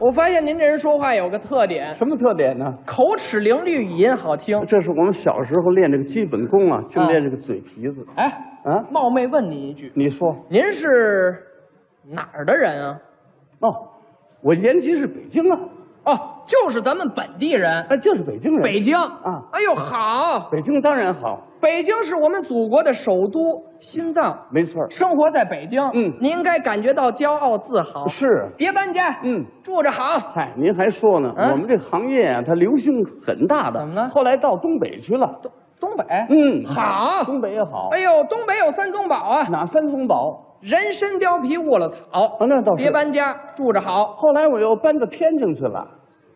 我发现您这人说话有个特点，什么特点呢？口齿伶俐，语音好听。这是我们小时候练这个基本功啊，就练这个嘴皮子。哎，啊，冒昧问您一句，你说您是哪儿的人啊？哦，我原籍是北京啊，哦，就是咱们本地人，哎，就是北京人。北京啊哎呦，好，北京当然好，北京是我们祖国的首都，心脏。没错儿，生活在北京，嗯您应该感觉到骄傲自豪。是。别搬家，嗯，住着好。嗨，您还说呢？啊我们这行业啊，它流行很大的。怎么了后来到东北去了。东东北，嗯，好东北也好。哎呦，东北有三宗宝啊，哪三宗宝？人参、貂皮、卧了草啊，。那倒是。别。搬家，住着好。后来我又搬到天津去了，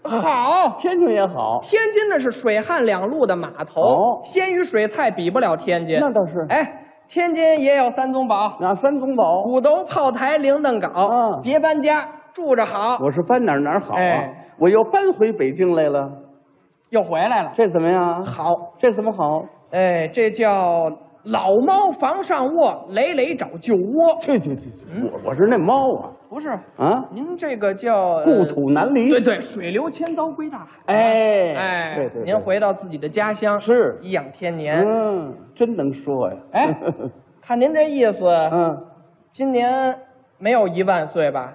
好，天津也好。天津那是水旱两路的码头，哦鲜鱼水菜比不了天津。那倒是。哎，天津也有三宗宝：哪三宗宝？鼓楼、炮台、灵嫩镐。啊别搬家，住着好。我是搬哪儿哪儿好啊？哎我又搬回北京来了，又回来了，这怎么样？啊好，这怎么好？哎，这叫老猫房上卧，累累找旧窝。去去去去！我我是那猫啊不是，嗯啊，您这个叫呃故土难离。对对，水流千遭归大海。哎哎，对对对您回到自己的家乡是颐养天年。嗯，真能说呀。哎，看您这意思， 嗯，今年没有一万岁吧？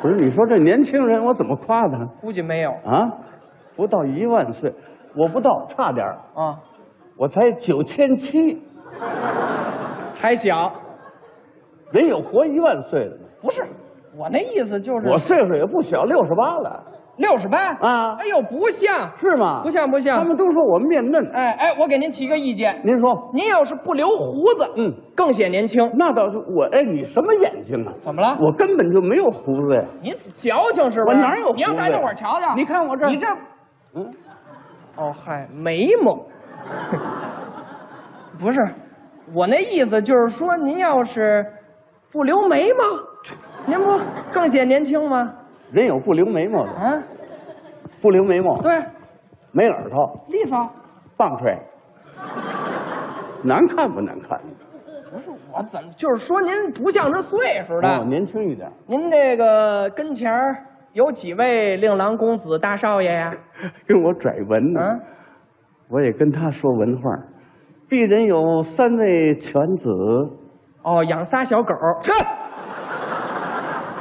不是，你说这年轻人，我怎么夸他估计没有啊？不到一万岁，我不到，差点儿啊，我才九千七，还小。人有活一万岁的呢。不是，我那意思就是我岁数也不小，六十八了，六十八啊嗯哎呦，不像，是吗？不像不像他们都说我面嫩。哎哎，我给您提个意见，您说，您要是不留胡子，嗯，更显年轻。那倒是我哎，你什么眼睛啊？怎么了？我根本就没有胡子呀。你矫情是不我是？哪有胡子呀你让大家伙儿瞧瞧。你看我这儿你这，嗯，哦嗨，眉毛，不是，我那意思就是说，您要是不留眉毛，您不更显年轻吗？人有不留眉毛的，啊，不留眉毛，对，没耳朵，利索。棒 槌，难看不难看？不是我怎么就是说您不像这岁数的，哦，年轻一点。您这个跟前儿有几位令郎公子大少爷呀？跟我拽文呢，啊，我也跟他说文话。鄙人有三位犬子，哦，养仨小狗儿，去，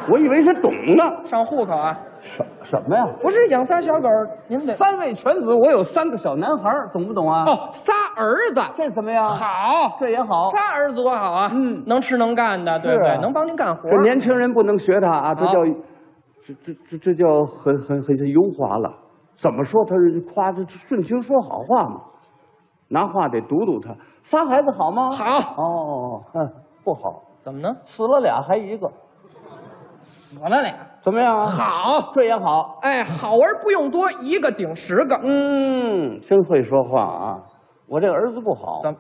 我以为是懂呢。上户口啊？什什么呀？不是养仨小狗儿，您得三位犬子，我有三个小男孩儿，懂不懂啊？哦，仨儿子，这怎么样？好，这也好。仨儿子多好啊，嗯能吃能干的，对不是对啊？能帮您干活儿。这年轻人不能学他啊，这好叫，这这这这叫很很很油滑了。怎么说？他是夸他顺情说好话嘛，拿话得读读他。仨孩子好吗？好，哦，哼不好，怎么呢？死了俩还一个，死了俩，怎么样啊？，好，这也好。哎，好儿不用多，一个顶十个。嗯，真会说话啊！我这儿子不好，怎么？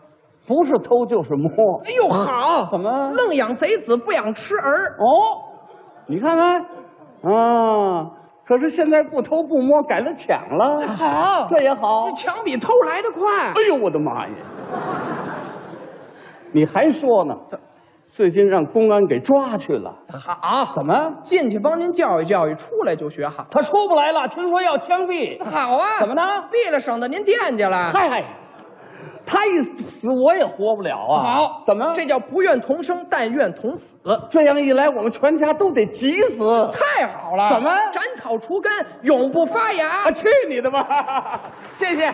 不是偷就是摸。哎呦，好，嗯怎么愣养贼子不养吃儿？哦，你看看，啊，可是现在不偷不摸，改了抢了，好，这也好这。抢比偷来的快。 哎呦，我的妈呀！你还说呢？最近让公安给抓去了，好，怎么？进去帮您教育教育，出来就学好。他出不来了，听说要枪毙。好啊，怎么呢为了省得您惦记了。嗨，他一死我也活不了啊！好，怎么？这叫不愿同生，但愿同死。这样一来，我们全家都得急死！ 太好了，怎么斩草除根，永不发芽？啊，去你的吧！谢谢。